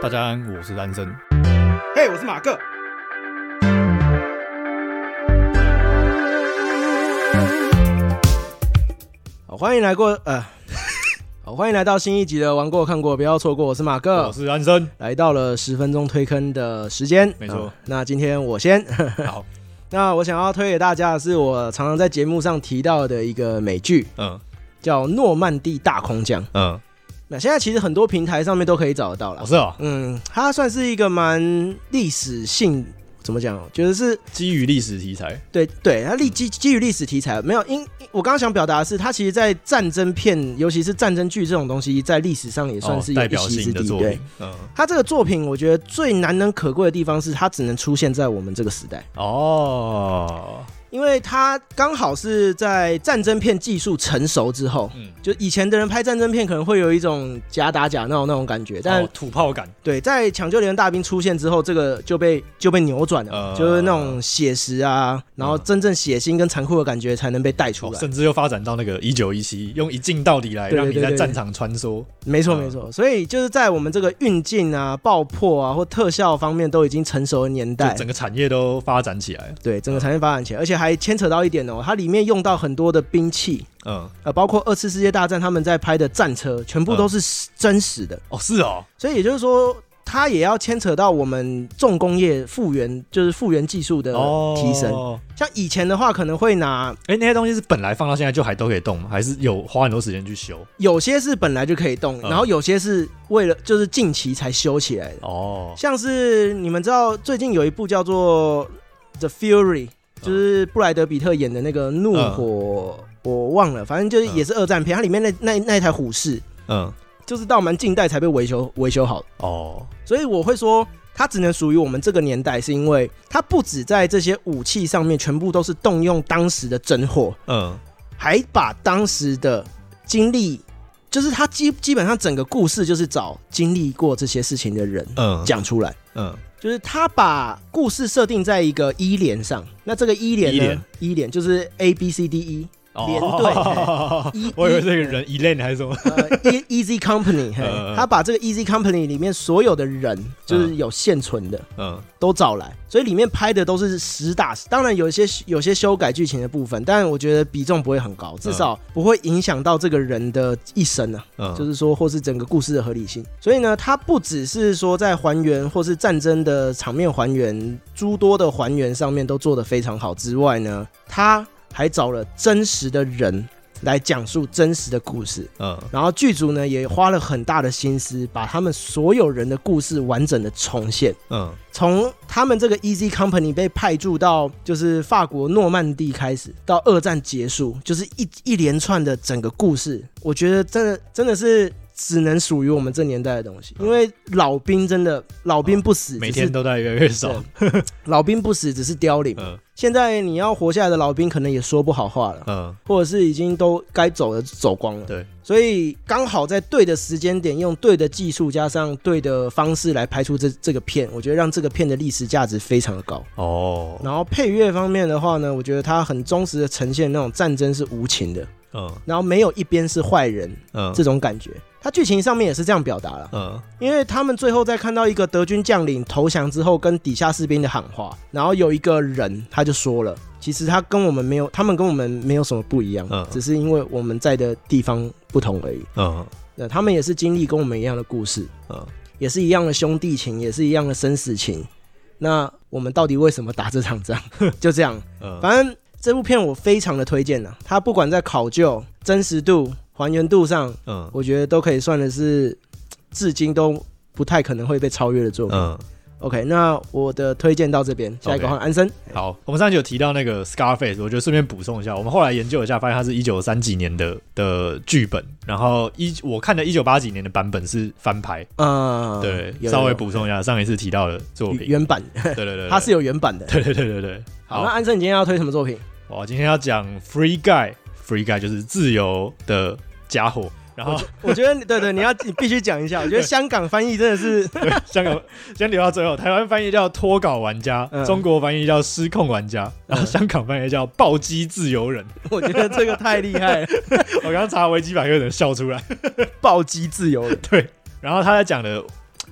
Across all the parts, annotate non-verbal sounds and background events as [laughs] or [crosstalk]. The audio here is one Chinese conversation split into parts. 大家安，我是安生。嘿、我是马克。好，欢迎来过呃，好，欢迎来到新一集的玩过看过，不要错过。我是马我克，是安 [laughs] 生。来到了十分钟推坑的时间，没错啊那今天我先， [laughs] 好，那我想要推给大家的是我常常在节目上提到的一个美剧，嗯叫《诺曼底大空降》。嗯，那现在其实很多平台上面都可以找得到老了。师啊，嗯，它算是一个蛮历史性，怎么讲？哦觉得是基于历史题材，对对，它历基基于历史题材没有因，因我刚刚想表达的是，它其实，在战争片，尤其是战争剧这种东西，在历史上也算是哦有代一表席性之的地。作对品，。嗯，它这个作品，我觉得最难能可贵的地方是，它只能出现在我们这个时代，哦，因为它刚好是在战争片技术成熟之后。嗯，就以前的人拍战争片，可能会有一种假打假闹那种感觉，但哦土炮感，对，在抢救连大兵出现之后，这个就被就被扭转了，呃嗯就是那种写实啊，然后真正血腥跟残酷的感觉才能被带出哦来。甚至又发展到那个一九一七，用一镜到底来对对让你对在对战场穿梭。没错，嗯没错。所以就是在我们这个运镜啊、爆破啊或特效方面都已经成熟的年就代，整个嗯产业都发展起来。对整个产业发展起来，而且还牵扯到一点哦，它里面用到很多的兵器，嗯，呃，包括二次世界大战他们在拍的战车，全部都是真实的。哦，是哦，所以也就是说，它也要牵扯到我们重工业复原，就是复原技术的哦，提升。像以前的话，可能会拿哎、那些东西是本来放到现在就还都可以动吗？还是有花很多时间去修？有些是本来就可以动，嗯然后有些是为了就是近期才修起来的。哦，像是你们知道最近有一部叫做《The Fury》，就是布莱德比特演的那个怒火，我忘了，反正就是也是二战片，它里面那那那一台虎式嗯，就是到蛮近代才被维修维修好的，哦，所以我会说。它只能属于我们这个年代，是因为它不止在这些武器上面全部都是动用当时的真货，嗯，还把当时的经历，就是他基基本上整个故事就是找经历过这些事情的人嗯，讲出来。嗯，就是他把故事设定在一个一连上，那这个一连一呢 E 连？一连就是 A B C D E，连队 [laughs] 哦嘿一我以为这个人 Elaine 还是什么？呃 [laughs] E Easy Company，嘿嗯嗯嗯他把这个 Easy Company 里面所有的人，就是有现存的，嗯，都找来，所以里面拍的都是实打实。当然有一些有些修改剧情的部分，但我觉得比重不会很高，至少不会影响到这个人的一生啊，嗯，就是说或是整个故事的合理性。所以呢，它不只是说在还原或是战争的场面还原诸多的还原上面都做得非常好之外呢，它还找了真实的人来讲述真实的故事。嗯，然后剧组呢也花了很大的心思，把他们所有人的故事完整的重现。嗯，从他们这个 Easy Company 被派驻到就是法国诺曼底开始，到二战结束，就是一一连串的整个故事，我觉得真的真的是只能属于我们这年代的东西，因为老兵真的老兵不死，嗯每只天是都在越来越 [laughs] 少。老兵不死只是凋零。嗯现在你要活下来的老兵，可能也说不好话了。嗯，或者是已经都该走的走光了。对，所以刚好在对的时间点，用对的技术加上对的方式来拍出这这个片，我觉得让这个片的历史价值非常的高。哦，然后配乐方面的话呢，我觉得它很忠实的呈现那种战争是无情的，嗯然后没有一边是坏人嗯，这种感觉。它剧情上面也是这样表达了，嗯因为他们最后在看到一个德军将领投降之后，跟底下士兵的喊话，然后有一个人他就说了，其实他跟我们没有，他们跟我们没有什么不一样，嗯只是因为我们在的地方不同而已。嗯那他们也是经历跟我们一样的故事，嗯，也是一样的兄弟情，也是一样的生死情。那我们到底为什么打这场仗？ [laughs] 就这样，嗯，反正这部片我非常的推荐呢、它不管在考究、真实度、还原度上，嗯我觉得都可以算的是至今都不太可能会被超越的作品。嗯， OK，那我的推荐到这边，下一个 OK 换安生。好，我们上一集有提到那个 Scarface，我觉得顺便补充一下，我们后来研究一下，发现它是一九三几年的的剧本，然后一我看的一九八几年的版本是翻拍，呃，对，有稍微有补充一下上一次提到的作有品，原版，对对对，对它是，有原版的。对对对对对，好，那安生，你今天要推什么 [laughs] 作品？我今天要讲 Free Guy，Free Guy 就是自由的家伙，然后我觉得你，对对，你要你必须讲一下。我觉得香港翻译真的是， [laughs] 香港先留到最后，台湾翻译叫脱稿玩家，嗯中国翻译叫失控玩家，然后香港翻译叫暴击自由人。我觉得这个太厉害了，我 [laughs] 刚刚查维基百科，有点笑出来。暴击自由人。然后他在讲的，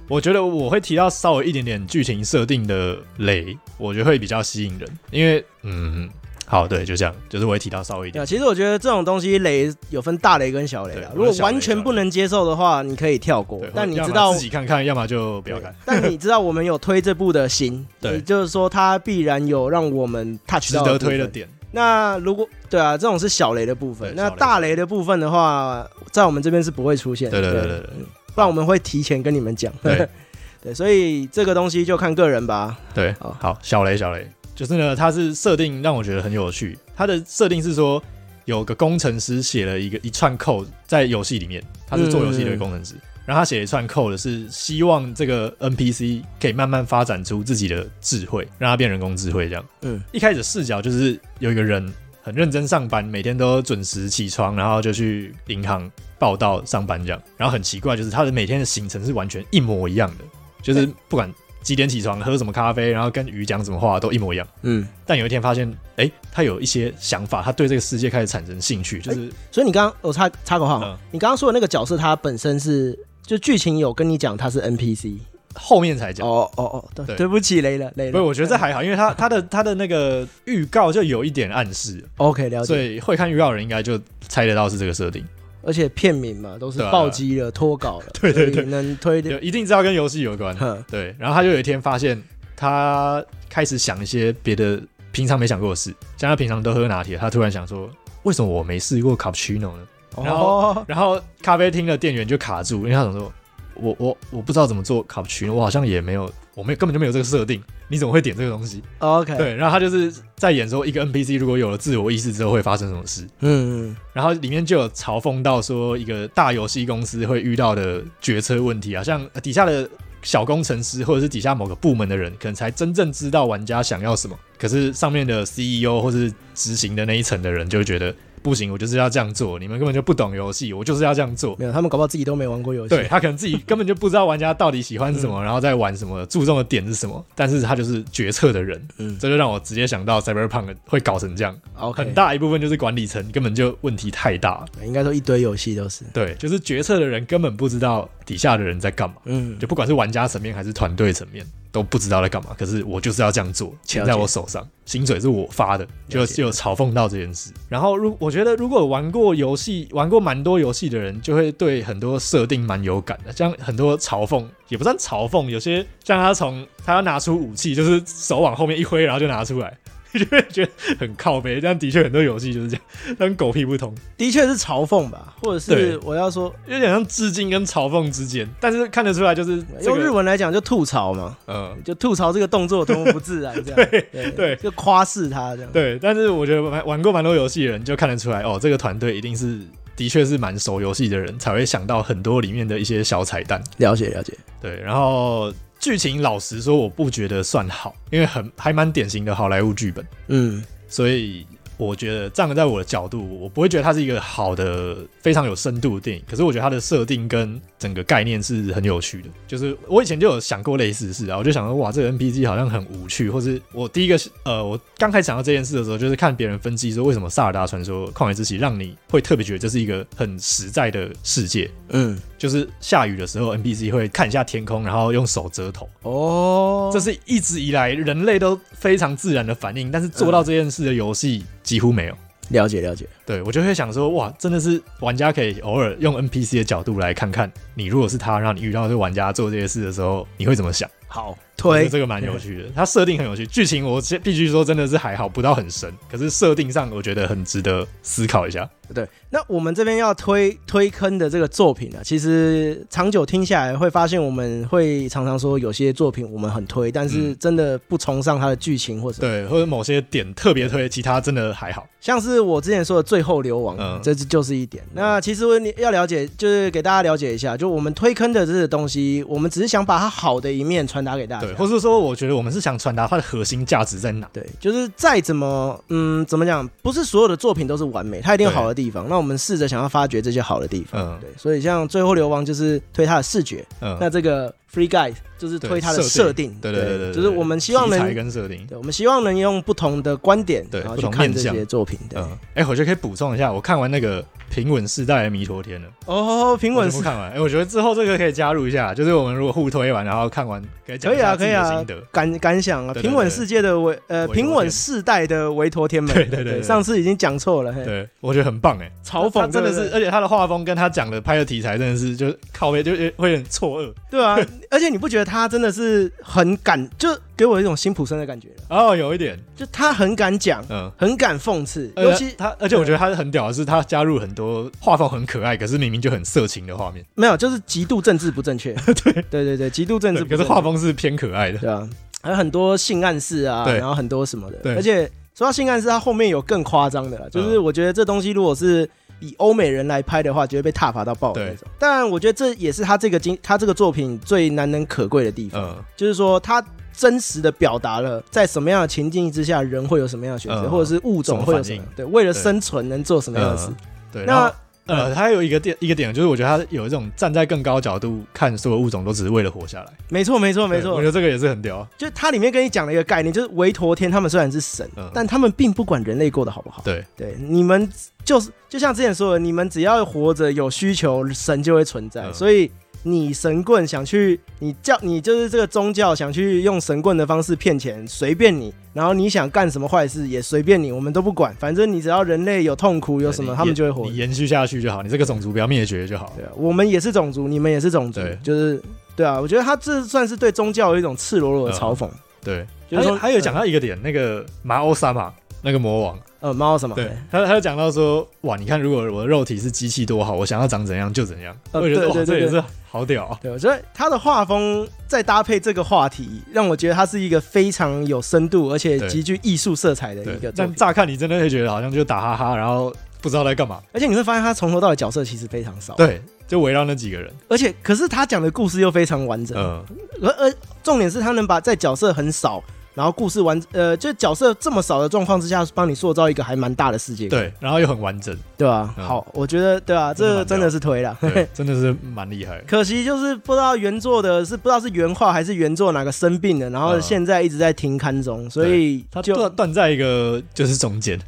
我觉得我会提到稍微一点点剧情设定的雷，我觉得会比较吸引人，因为嗯，好，对，就这样，就是我会提到稍微一对点啊，。其实我觉得这种东西雷有分大雷跟小雷对啊我。觉得如果小雷完全不能接受的话，你可以跳过对，。但你要么知道自己看看，要么就不要看。但你知道我们有推这部的心， [laughs] 对也就是说它必然有让我们 touch 值到得部分推的。点，那如果对啊，这种是小雷的部分，对那小雷大雷的部分的话，在我们这边是不会出现对的。对对对对不然我们会提前跟你们讲。对 [laughs] 对，所以这个东西就看个人吧。对，好好，小雷小雷，就是呢，它是设定让我觉得很有趣。它的设定是说，有个工程师写了一个一串 code 在游戏里面，他是做游戏的一个工程嗯师，然后他写了一串 code 是希望这个 NPC 可以慢慢发展出自己的智慧，让它变人工智慧这样。嗯，一开始视角就是有一个人很认真上班，每天都准时起床，然后就去银行报到上班这样。然后很奇怪，就是他的每天的行程是完全一模一样的，就是不管几点起床、喝什么咖啡，然后跟鱼讲什么话都一模一样。嗯，但有一天发现，哎、他有一些想法，他对这个世界开始产生兴哎趣，就是、所以你刚刚我插插口号，嗯你刚刚说的那个角色，他本身是就剧情有跟你讲他是 NPC。后面才讲。哦哦哦，对，对对不起，雷了雷不是，了。我觉得这还好，因为他他的他的那个预告就有一点暗示， OK，了所解。以会看预告的人应该就猜得到是这个设定，而且片名嘛，都是对啊暴击了、脱稿了， [laughs] 对对对所以能推的就。一定知道跟游戏有 [laughs] 关。哼对，然后他就有一天发现，他开始想一些别的平常没想过的事，像他平常都喝拿铁，他突然想说，为什么我没试过 cappuccino 呢？然哦，然后咖啡厅的店员就卡住，因为他想说，我我我不知道怎么做 cappuccino，我好像也没有，我没有根本就没有这个设定，你怎么会点这个东西？ OK，，对，然后他就是在演说一个 NPC 如果有了自我意识之后会发生什么事，嗯，嗯然后里面就有嘲讽到说一个大游戏公司会遇到的决策问题啊，像呃底下的小工程师或者是底下某个部门的人，可能才真正知道玩家想要什么，可是上面的 CEO 或是执行的那一层的人就会觉得不行，我就是要这样做，你们根本就不懂游戏，我就是要这样做。没有，他们搞不好自己都没玩过游戏。对，他可能自己根本就不知道玩家到底喜欢什么，嗯然后在玩什么，注重的点是什么，但是他就是决策的人，嗯这就让我直接想到 Cyberpunk 会搞成这样， ，OK，很，大一部分就是管理层根本就问题太大了。应该说一堆游戏都是。对，就是决策的人根本不知道底下的人在干嘛，嗯，就不管是玩家层面还是团队层面都不知道在干嘛。可是我就是要这样做，钱在我手上，薪水是我发的，就了解就有嘲讽到这件事。然后如我觉得，如果玩过游戏、玩过蛮多游戏的人，就会对很多设定蛮有感的，像很多嘲讽也不算嘲讽，有些像他从他要拿出武器，就是手往后面一挥，然后就拿出来。 [laughs] 就会觉得很靠背，但的确很多游戏就是这样，跟狗屁不通。的确是嘲讽吧，或者是对我要说有点像致敬跟嘲讽之间，但是看得出来就是这用个日，文来讲就吐槽嘛，嗯，就吐槽这个动作多么不自然，这样对对就夸饰他这样。对。但是我觉得玩玩过蛮多游戏的人就看得出来，哦，这个团队一定是的确是蛮熟游戏的人才会想到很多里面的一些小彩蛋，了解了解，对。然后剧情老实说，我不觉得算好，因为很还蛮典型的好莱坞剧本，嗯，所以。我觉得站在我的角度，我不会觉得它是一个好的、非常有深度的电影。可是我觉得它的设定跟整个概念是很有趣的。就是我以前就有想过类似的事啊，我就想说，哇，这个 NPC 好像很无趣，或是我第一个是呃，我刚开始想到这件事的时候，就是看别人分析说为什么《萨尔达传说：旷野之息》让你会特别觉得这是一个很实在的世界。嗯，就是下雨的时候，NPC 会看一下天空，然后用手遮头。哦，这是一直以来人类都非常自然的反应，但是做到这件事的游戏几乎没有。了解了解，对我就会想说，哇，真的是玩家可以偶尔用 NPC 的角度来看看，你如果是他，让你遇到这个玩家做这些事的时候，你会怎么想？好我觉得推这个蛮有趣 [laughs] 的，它设定很有趣，剧情我先必须说真的是还好，不到很深，可是设定上我觉得很值得思考一下。对。那我们这边要推推坑的这个作品啊，其实长久听下来会发现，我们会常常说有些作品我们很推，但是真的不崇尚它的剧情或什嗯么。对，或者某些点特别推，其他真的还好。像是我之前说的最后流亡，嗯这就是一点。那其实我你要了解，就是给大家了解一下，就我们推坑的这个东西，我们只是想把它好的一面传达给大家对，。或啊是说我觉得我们是想传达它的核心价值在哪。对，就是再怎么，嗯，怎么讲，不是所有的作品都是完美，它一定有好的地方。那我们试着想要发掘这些好的地方。嗯对，所以像《最后流亡》就是推它的视觉，嗯，那这个 Free Guide 就是推它的设定，对对对对，就是我们希望题材能，跟设定。对，我们希望能用不同的观点，对然后不去同看面这向些作品，对。嗯，哎、我觉得可以补充一下，我看完那个平稳世代的弥陀天了，哦，平平稳是看完。哎、我觉得之后这个可以加入一下，就是我们如果互推完，然后看完，可以讲可一以啊，下自可己以的啊心得。，感感想啊，对对对平稳世界的维呃，维陀平稳天世代的维陀天门，对对对对上次已经讲错了，嘿对，我觉得很棒哎、嘲他讽真的对不对是，呃而且他的画风跟他讲的拍的题材真的是，就是靠背就会有点错愕。对啊，而且你不觉得他真的是很敢，就给我一种辛普森的感觉了，哦，有一点，就他很敢讲，嗯。呃很敢讽刺，而尤且其他，而且我觉得他很屌的是，他加入很多画风很可爱，可是明明就很色情的画面，没有就是极度政治不正确， [laughs] 对对对对，极度政治对不可正是确，画风是偏可爱的。对啊，还有很多性暗示啊，对然后很多什么的，对哦而且说到性暗示，它后面有更夸张的啦，就是我觉得这东西如果是。以欧美人来拍的话，就会被踏伐到爆的对那种。但我觉得这也是他这个经他这个作品最难能可贵的地方，嗯，就是说他真实的表达了在什么样的情境之下，人会有什么样的选择，嗯或者是物种会有什什么么反应对，为了对生存能做什么样的事。嗯对。然后那呃，还有一个点，一个点就是，我觉得他有一种站在更高角度看所有物种，都只是为了活下来。没错，没错，没对我错觉，得这个也是很屌。啊就是它里面跟你讲了一个概念，就是维陀天他们虽然是神，嗯但他们并不管人类过得好不好。对，对，你们就是就像之前说的，你们只要活着有需求，神就会存在。嗯所以你神棍想去，你教你就是这个宗教想去用神棍的方式骗钱，随便你。然后你想干什么坏事也随便你，我们都不管，反正你只要人类有痛苦有什么，对他们你就会活你。延续下去就好，你这个种族不要灭绝就好。对啊，我们也是种族，你们也是种族对，就是对啊。我觉得他这算是对宗教有一种赤裸裸嗯的嘲讽，对，还有就是说还有讲到一个点，那个马欧萨嘛，那个魔王，呃猫什么对他他有讲到说，哇，你看如果我的肉体是机器多好，我想要长怎样就怎样。呃我觉得对哇，对这也对是好屌啊。对，我觉得他的画风再搭配这个话题，让我觉得他是一个非常有深度，而且对极极具艺术色彩的一对个，作但品。乍看你真的会觉得好像就打哈哈，然后不知道在干嘛。而且你会发现，他从头到尾角色其实非常少。，对，就围绕那几个人。而且可是他讲的故事又非常完整，嗯，而而重点是他能把在角色很少，然后故事完呃，就角色这么少的状况之下，帮你塑造一个还蛮大的世界观，对，然后又很完整，对吧、嗯好，我觉得对啊，真的蛮这真的是推了。对，真的是蛮厉害的。 [laughs] 可惜就是不知道原作的是不知道是原画还是原作哪个生病了，然后嗯现在一直在停刊中，所以他就断断在一个就是中间，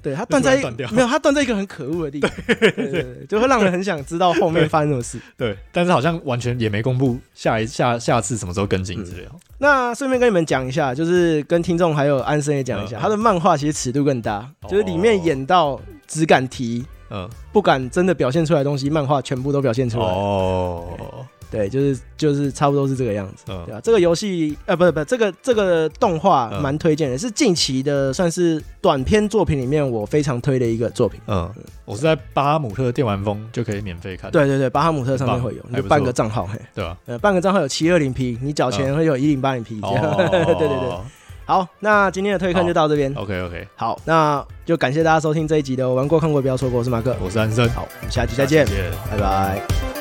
对他突然断在断掉没有，他断在一个很可恶的地 [laughs] 方，对对对，就会让人很想知道后面发生什么事。对，但是好像完全也没公布下一下下次什么时候更新之嗯类的。那顺便跟你们讲一下，就是跟听众还有安生也讲一下，嗯嗯他的漫画其实尺度更大，哦就是里面演到只敢提。嗯，不敢真的表现出来的东西，漫画全部都表现出来。哦，对，就是就是差不多是这个样子，对嗯，吧、这个游戏，呃，不是不是，这个这个动画嗯蛮推荐的，是近期的算是短片作品里面我非常推的一个作品。嗯，我是在巴哈姆特电玩风就可以免费看，对对对，巴哈姆特上面会有，很棒你还就不错办个账号，嘿，对 [laughs] 吧？呃，半个账号有七二零 P，你缴钱会有一零八零 P。这样 [laughs] 对对对。哦好，那今天的推坑就到这边。 ，OK OK，好，那就感谢大家收听这一集的《玩过看过不要错过》，我是马克。我是安生，好，我们下期再见，谢谢。拜拜。